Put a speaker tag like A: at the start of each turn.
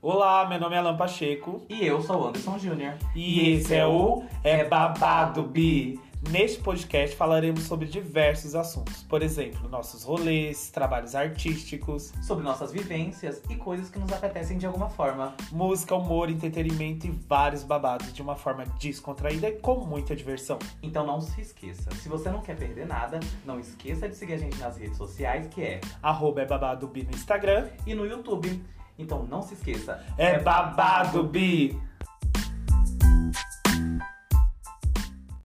A: Olá, meu nome é Alan Pacheco
B: E eu sou o Anderson Júnior.
A: e esse é o É Babado Bi. Neste podcast falaremos sobre diversos assuntos, por exemplo, nossos rolês, trabalhos artísticos,
B: Sobre nossas vivências e coisas que nos apetecem de alguma forma.
A: música, humor, entretenimento e vários babados de uma forma descontraída e com muita diversão.
B: Então não se esqueça, se você não quer perder nada, não esqueça de seguir a gente nas redes sociais, que é
A: Arroba é babado bi no Instagram.
B: e no YouTube. Então não se esqueça.
A: É babado bi!